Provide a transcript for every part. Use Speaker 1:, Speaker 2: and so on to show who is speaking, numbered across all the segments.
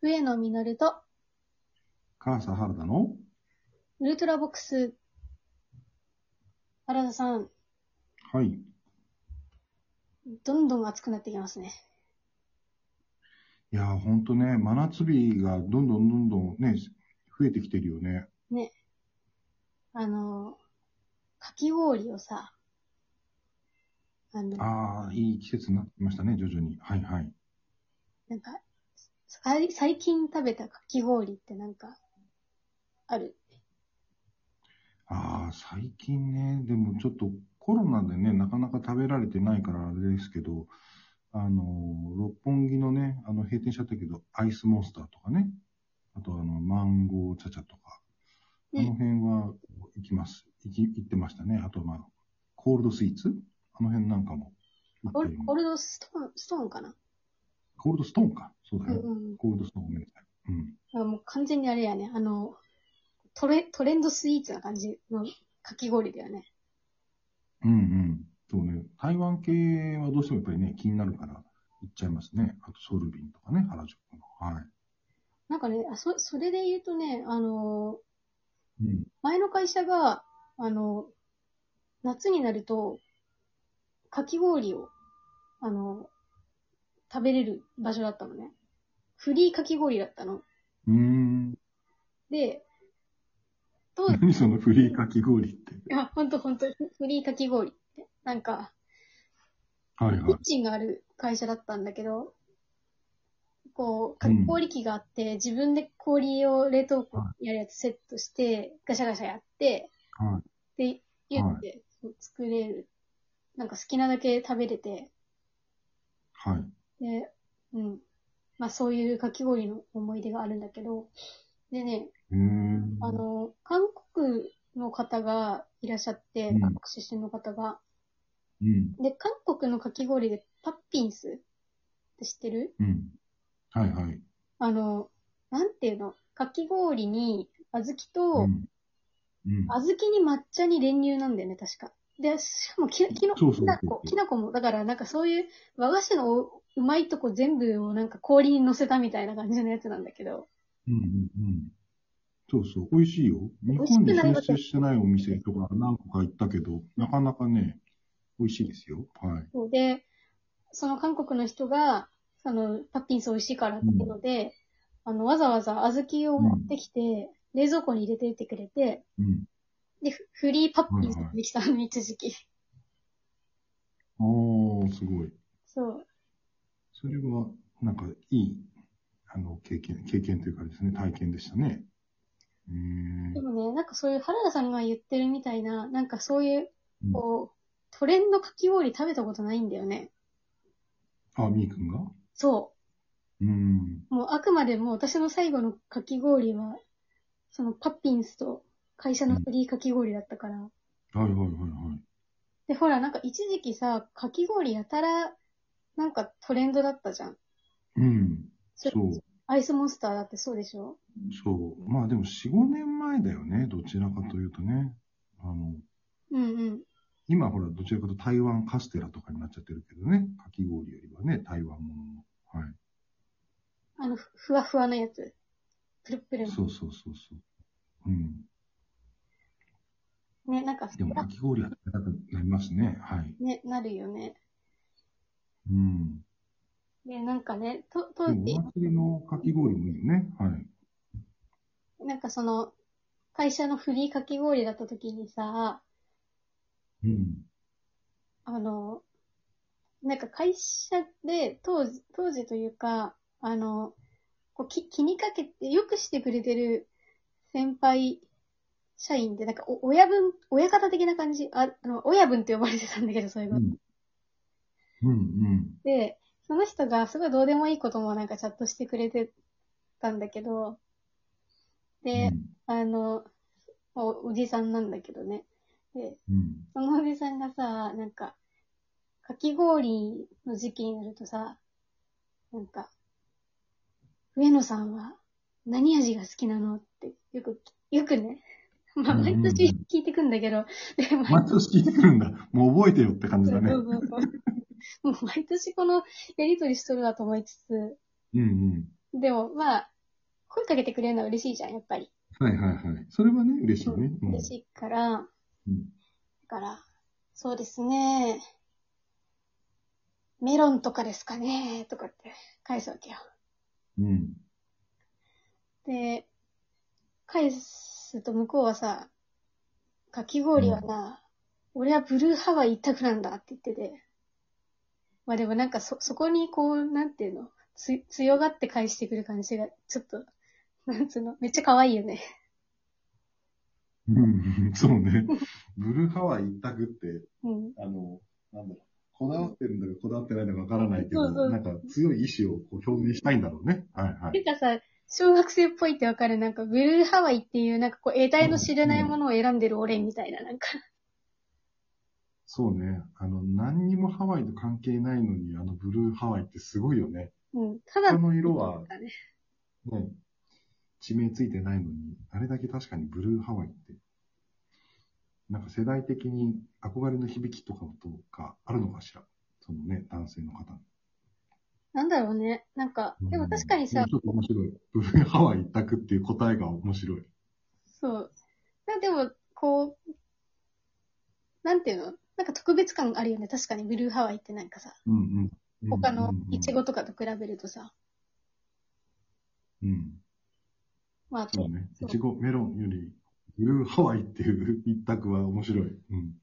Speaker 1: 上野実と、
Speaker 2: 川瀬原田の
Speaker 1: ウルトラボックス。原田さん、
Speaker 2: はい。
Speaker 1: どんどん暑くなってきますね。
Speaker 2: いやー、ほんとね、真夏日がどんどんどんどんね、増えてきてるよね。
Speaker 1: あの、かき氷をさ、あの、
Speaker 2: ああ、いい季節になってきましたね、徐々に。はいはい。
Speaker 1: なんか、さい最近食べたかき氷ってなんか、ある。
Speaker 2: ああ、最近ね、でもちょっとコロナでね、なかなか食べられてないからあれですけど、あのー、六本木のね、あの、閉店しちゃったけど、アイスモンスターとかね、あとあの、マンゴーチャチャとか、あの辺は行きます。行き、行ってましたね。あとまあ、コールドスイーツあの辺なんかも売
Speaker 1: オ
Speaker 2: って
Speaker 1: ル
Speaker 2: るよね
Speaker 1: オルドストーン、ストーンかな
Speaker 2: コールドストーンか。そう
Speaker 1: う
Speaker 2: だ
Speaker 1: ん
Speaker 2: よ。
Speaker 1: うん
Speaker 2: コールドストーンごめんなさい。うん。
Speaker 1: あ。もう完全にあれやね、あの、トレ、トレンドスイーツな感じのかき氷だよね。
Speaker 2: うんうん。そうね。台湾系はどうしてもやっぱりね、気になるから行っちゃいますね。あとソルビンとかね、原宿の。は
Speaker 1: なんかね、あそ、それで言うとね、あの、
Speaker 2: い。うん。
Speaker 1: 前の会社が、あの、夏になると、かき氷を、あの、食べれる場所だったのね。フリーかき氷だったの。
Speaker 2: うーん。
Speaker 1: で、当時、
Speaker 2: 何そのフリーかき氷って。
Speaker 1: いや、ほんとほんと、フリーかき氷って。なんか、
Speaker 2: はい
Speaker 1: キ
Speaker 2: はい
Speaker 1: ッ。チンがある会社だったんだけど、こう、かき氷機があって、自分で氷を冷凍庫にやるやつセットして、ガシャガシャやって、
Speaker 2: は
Speaker 1: で、言って、そう作れる。なんか好きなだけ食べれて、
Speaker 2: い。はい。
Speaker 1: で、うん。まあそういうかき氷の思い出があるんだけど、でね、
Speaker 2: うーん。
Speaker 1: あの、韓国の方がいらっしゃって、
Speaker 2: うん
Speaker 1: 韓国出身の方が、
Speaker 2: うん。
Speaker 1: で、韓国のかき氷でパッピンスって知ってる
Speaker 2: うん。はいはい。
Speaker 1: あの、なんていうのかき氷に小
Speaker 2: う
Speaker 1: 豆と、
Speaker 2: ん。うん。
Speaker 1: 小豆に抹茶に練乳なんだよね、確か。で、しかもき、きの、
Speaker 2: そうそうそうそう
Speaker 1: きなこ、きなこも、だからなんかそういう和菓子のおうまいとこ全部をなんか氷に乗せたみたいな感じのやつなんだけど、
Speaker 2: うんうんうん。そうそう。美味しいよ。日
Speaker 1: 味し
Speaker 2: 本
Speaker 1: く
Speaker 2: に
Speaker 1: ない
Speaker 2: 進
Speaker 1: わけ
Speaker 2: 出してないお店とか何個か行ったけど、なかなかね、美味しいですよ。はい。
Speaker 1: そうで、その韓国の人が、その、パッピンス美味しいからっていうので、あの、わざわざ小豆を持ってきて、冷蔵庫に入れていてくれて、
Speaker 2: うん。
Speaker 1: で、フフリーパッピンスできたの、一時期。
Speaker 2: ああ、すごい。
Speaker 1: そう。
Speaker 2: それは、なんか、いい、あの、経験、経験というかですね、体験でしたね。うーん
Speaker 1: で。もね、なんかそういう原田さんが言ってるみたいな、なんかそういう
Speaker 2: う、ん
Speaker 1: こう、トレンドかき氷食べたことないんだよね。
Speaker 2: あ、みーくんが
Speaker 1: そう
Speaker 2: ーん。
Speaker 1: う。もうあくまでも私の最後のかき氷は、そのパッピンスと会社のフリーかき氷だったから。
Speaker 2: はいはいはいはい。
Speaker 1: で、ほら、なんか一時期さ、かき氷やたら、なんかトレンドだったじゃん。
Speaker 2: うん。
Speaker 1: そ
Speaker 2: そ
Speaker 1: れ
Speaker 2: う。
Speaker 1: アイスモンスターだってそうでしょ
Speaker 2: そう。まあでも、4、5年前だよね、どちらかというとね。あの、
Speaker 1: うんうん。
Speaker 2: 今ほら、どちらかというと台湾カステラとかになっちゃってるけどね。かき氷よりはね、台湾ものの。はい。
Speaker 1: あの、ふふわふわなやつ。プルプル
Speaker 2: そうそうそうそう。うん。
Speaker 1: の。ね、なんか、
Speaker 2: でも、かき氷は食べたくなりますね。はい。
Speaker 1: ね、なるよね。
Speaker 2: うん。
Speaker 1: で、なんかね、と、当
Speaker 2: で
Speaker 1: 時
Speaker 2: も、、お祭りのかき氷もいいよね。はい。
Speaker 1: なんかその、会社のフリーかき氷だった時にさ、
Speaker 2: うん。
Speaker 1: あの、なんか会社で、当時、当時というか、あの、こうき気にかけて、よくしてくれてる先輩社員で、なんかお親分、親方的な感じ、ああの、親分って呼ばれてたんだけど、そういう
Speaker 2: う
Speaker 1: の。
Speaker 2: ん。うんうん。
Speaker 1: で、その人がすごいどうでもいいこともなんかチャットしてくれてたんだけど、で、あの、おおじさんなんだけどね。で、
Speaker 2: うん。
Speaker 1: そのおじさんがさ、なんか、かき氷の時期になるとさ、なんか、上野さんは何味が好きなのって、よく、よくね、まあ、
Speaker 2: うんうんう
Speaker 1: 毎
Speaker 2: ん
Speaker 1: 年聞いてくんだけど、で、毎
Speaker 2: 毎年聞いてくるんだ。もう覚えてよって感じだね。
Speaker 1: そう そうそうもう毎年このやりとりしとるわと思いつつ、
Speaker 2: うんうん。
Speaker 1: でも、まあ、声かけてくれるのは嬉しいじゃん、やっぱり。
Speaker 2: はいはいはい。それはね、嬉しいね。うん
Speaker 1: 嬉しいから、
Speaker 2: うん
Speaker 1: だから、そうですね。メロンとかですかね、とかって返すわけよ。
Speaker 2: うん。
Speaker 1: で、返すと向こうはさ、かき氷はな、俺はブルーハワイ一択なんだって言ってて。まあでもなんかそ、そこにこう、なんていうの、つ、強がって返してくる感じが、ちょっと、なんつうの、めっちゃ可愛いよね。
Speaker 2: うん、そうね。ブルーハワイ一択って、
Speaker 1: うん。
Speaker 2: あの、なんだろう。こだわってるんだか、こだわってないのかわからないけど、
Speaker 1: そうそう
Speaker 2: なんか強い意志をこう表現したいんだろうね。はいはい。
Speaker 1: てかさ、小学生っぽいってわかる、なんか、ブルーハワイっていう、なんかこう、得体の知れないものを選んでる俺みたいな、なんか。
Speaker 2: そうね。あの、何にもハワイと関係ないのに、あのブルーハワイってすごいよね。
Speaker 1: うん。ただ
Speaker 2: 他、の色は
Speaker 1: なんかね
Speaker 2: ね、地名ついてないのに、あれだけ確かにブルーハワイって、なんか世代的に憧れの響きとかとかあるのかしら。そのね、男性の方に。
Speaker 1: なんだろうね。なんか、でも確かにさ
Speaker 2: うん、ちょっと面白い。ブルーハワイ一択っていう答えが面白い。
Speaker 1: そう。なでも、こう、なんていうのなんか特別感あるよね。確かにブルーハワイってなんかさ、
Speaker 2: うんうんうん。
Speaker 1: 他のイチ
Speaker 2: ご。
Speaker 1: ゴとかと比べるとさ、
Speaker 2: うん。
Speaker 1: まあ、あ
Speaker 2: そ
Speaker 1: と
Speaker 2: うね。
Speaker 1: そ
Speaker 2: いうちご、メロンより、ブルーハワイっていう一択は面白い。うん。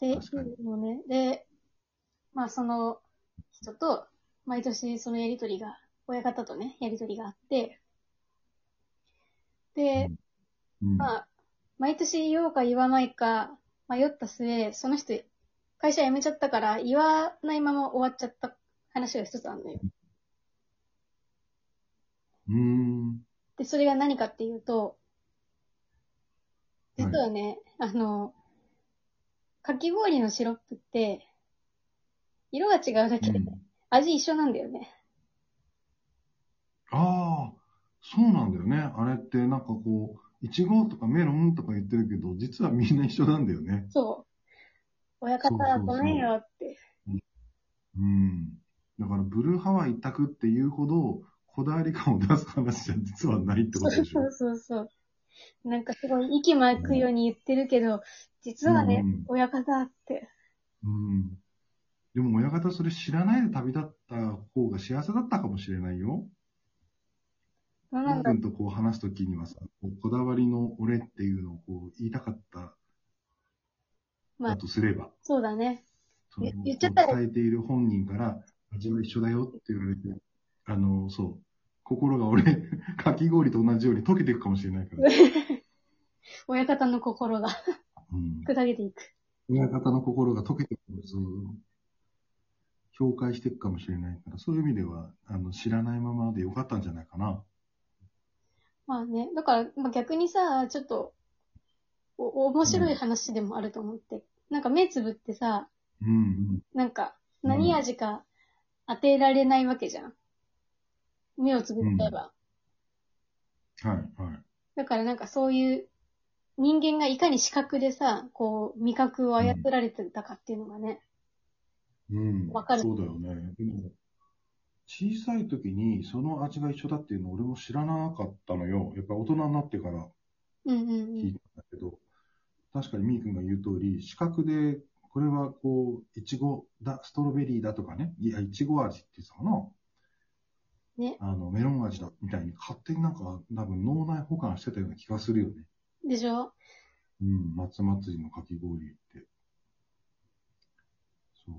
Speaker 1: で、
Speaker 2: 確かに
Speaker 1: もね、で、まあその人と、毎年そのやりとりが、親方とね、やりとりがあって、で、
Speaker 2: うん。
Speaker 1: まあ、毎年言おうか言わないか迷った末、その人、会社辞めちゃったから、言わないまま終わっちゃった話が一つあるのよ。
Speaker 2: うーん。
Speaker 1: で、それが何かっていうと、
Speaker 2: はい
Speaker 1: 実はね、あの、かき氷のシロップって、色が違うだけで、
Speaker 2: うん
Speaker 1: 味一緒なんだよね。
Speaker 2: ああ、そうなんだよね。あれってなんかこう、いちごとかメロンとか言ってるけど、実はみんな一緒なんだよね。
Speaker 1: そう。親方
Speaker 2: そうそうそう
Speaker 1: ごめんよって。
Speaker 2: うん。だから、ブルーハワイ一択っていうほど、こだわり感を出す話じゃ実はないってことでしょ
Speaker 1: そ。 うそうそう。なんかすごい息巻くように言ってるけど、実はね
Speaker 2: うんうん、
Speaker 1: 親方って。
Speaker 2: うん。でも、親方それ知らないで旅立った方が幸せだったかもしれないよ。
Speaker 1: そうな
Speaker 2: 僕
Speaker 1: んだ。
Speaker 2: 君とこう話すときにはさ、こうこだわりの俺っていうのをこう言いたかった、
Speaker 1: まあ
Speaker 2: だとすれば、
Speaker 1: そうだね。
Speaker 2: その
Speaker 1: え言っちゃったら
Speaker 2: こう伝えている本人から、味は一緒だよって言われて、あの、そう、心が俺、 かき氷と同じように溶けていくかもしれない から、
Speaker 1: 親方の心が
Speaker 2: うん、
Speaker 1: 砕けていく。
Speaker 2: 親方の心が溶けていく、そう、境界していくかもしれないから、そういう意味では、あの、知らないままでよかったんじゃないかな。
Speaker 1: まあね、だから、まあ、逆にさ、ちょっと、お、面白い話でもあると思って。なんか目つぶってさ、
Speaker 2: うん、うん。
Speaker 1: なんか、
Speaker 2: うん
Speaker 1: 何味か当てられないわけじゃん。目をつぶっちゃえば。
Speaker 2: はい、はい。
Speaker 1: だからなんかそういう、人間がいかに視覚でさ、こう、味覚を操られてたかっていうのがね。
Speaker 2: うん。
Speaker 1: わかる
Speaker 2: そうだよね。でも、小さい時にその味が一緒だっていうの俺も知らなかったのよ。やっぱ大人になってから
Speaker 1: うんうんう
Speaker 2: 聞い
Speaker 1: ん。
Speaker 2: たんだけど、確かにみーくんが言う通り、視覚で、これはこう、いちごだ、ストロベリーだとかね、いや、いちご味って言ってたかな。
Speaker 1: ね
Speaker 2: あの、メロン味だ、みたいに勝手になんか、多分脳内保管してたような気がするよね。
Speaker 1: でしょ
Speaker 2: うん、夏祭りのかき氷って。そう。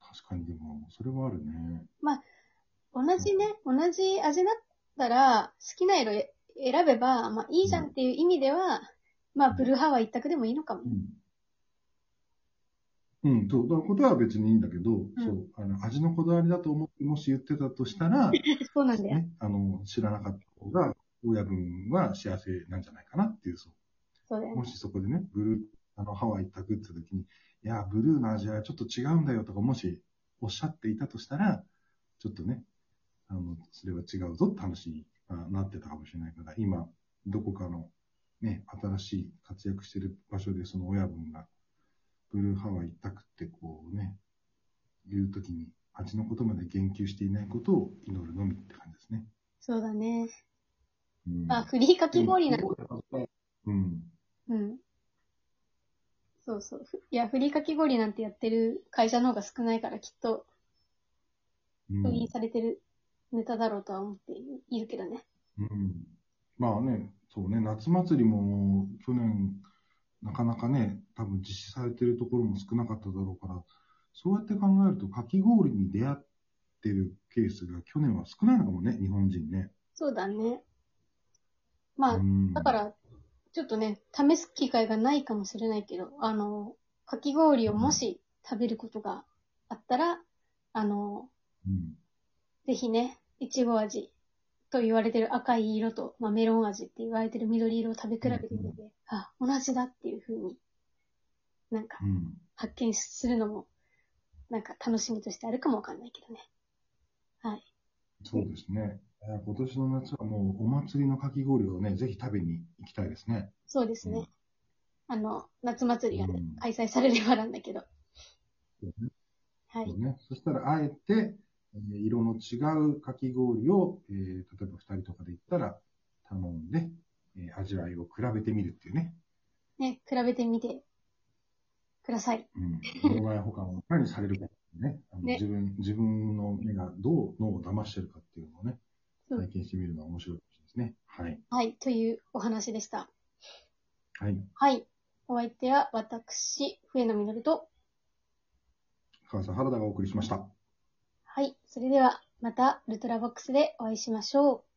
Speaker 2: 確かにでも、それはあるね。
Speaker 1: 同じね、同じ味だったら、好きな色え選べば、まあいいじゃんっていう意味では、まあブルーハワイ一択でもいいのかもね。
Speaker 2: うん、うんそう、だからことは別にいいんだけど、そう、あの、味のこだわりだと思って、もし言ってたとしたら、
Speaker 1: そうなんだよ。
Speaker 2: ね、あの、知らなかった方が、親分は幸せなんじゃないかなっていう、そ
Speaker 1: そうだ
Speaker 2: う。
Speaker 1: よ
Speaker 2: も
Speaker 1: ね。
Speaker 2: しそこでね、ブルー、あの、ハワイ行ったくって時に、いや、ブルーの味はちょっと違うんだよとか、もしおっしゃっていたとしたら、ちょっとね、あの、それは違うぞって話にあなってたかもしれないから、今、どこかの、ね、新しい活躍してる場所で、その親分が、ブルーハワイ行ったくってこうね、言うときに、味のことまで言及していないことを祈るのみって感じですね。
Speaker 1: そうだね。
Speaker 2: うん、
Speaker 1: あ、フリーかき氷なんだ。
Speaker 2: うん。
Speaker 1: うん。そうそう。ふいや、フリーかき氷なんてやってる会社の方が少ないから、きっと、
Speaker 2: うん
Speaker 1: 封印されてるネタだろうとは思っているけどね。
Speaker 2: うんまあね、そうね、夏祭りも去年、なかなかね、多分実施されてるところも少なかっただろうから、そうやって考えると、かき氷に出会ってるケースが去年は少ないのかもね、日本人ね。
Speaker 1: そうだね。まあ
Speaker 2: う、ん
Speaker 1: だか、ら、ちょっとね、試す機会がないかもしれないけど、あの、かき氷をもし食べることがあったら、あの、
Speaker 2: うん
Speaker 1: ぜひね、いちご味と言われてる赤い色と、まあ、メロン味って言われてる緑色を食べ比べてみて、あ、同じだっていう風に、なんか
Speaker 2: うん
Speaker 1: 発見するのも、なんか楽しみとしてあるかもわかんないけどね。はい。
Speaker 2: そうですね。いや今年の夏はもうお祭りのかき氷をね、ぜひ食べに行きたいですね。
Speaker 1: そうですね。あの、夏祭りがね、
Speaker 2: うん
Speaker 1: 開催されればなんだけど。は
Speaker 2: そ
Speaker 1: い。
Speaker 2: うね、そしたら、あえて、えー色の違うかき氷を、えー例えば2人とかで行ったら、頼んで、えー味わいを比べてみるっていうね。
Speaker 1: ね、比べてみてください。
Speaker 2: うん。 妨害保管を何されるかっていうね。あの
Speaker 1: ね
Speaker 2: 自分、自分の目がどう脳を騙してるかっていうのをね、
Speaker 1: そう
Speaker 2: 体験してみるのは面白いかもしれないですね。
Speaker 1: はい。というお話でした。
Speaker 2: はい。はい。
Speaker 1: はい。お相手は私、笛野実と、
Speaker 2: 川さん、原田がお送りしました。
Speaker 1: はい。それでは、また、ルトラボックスでお会いしましょう。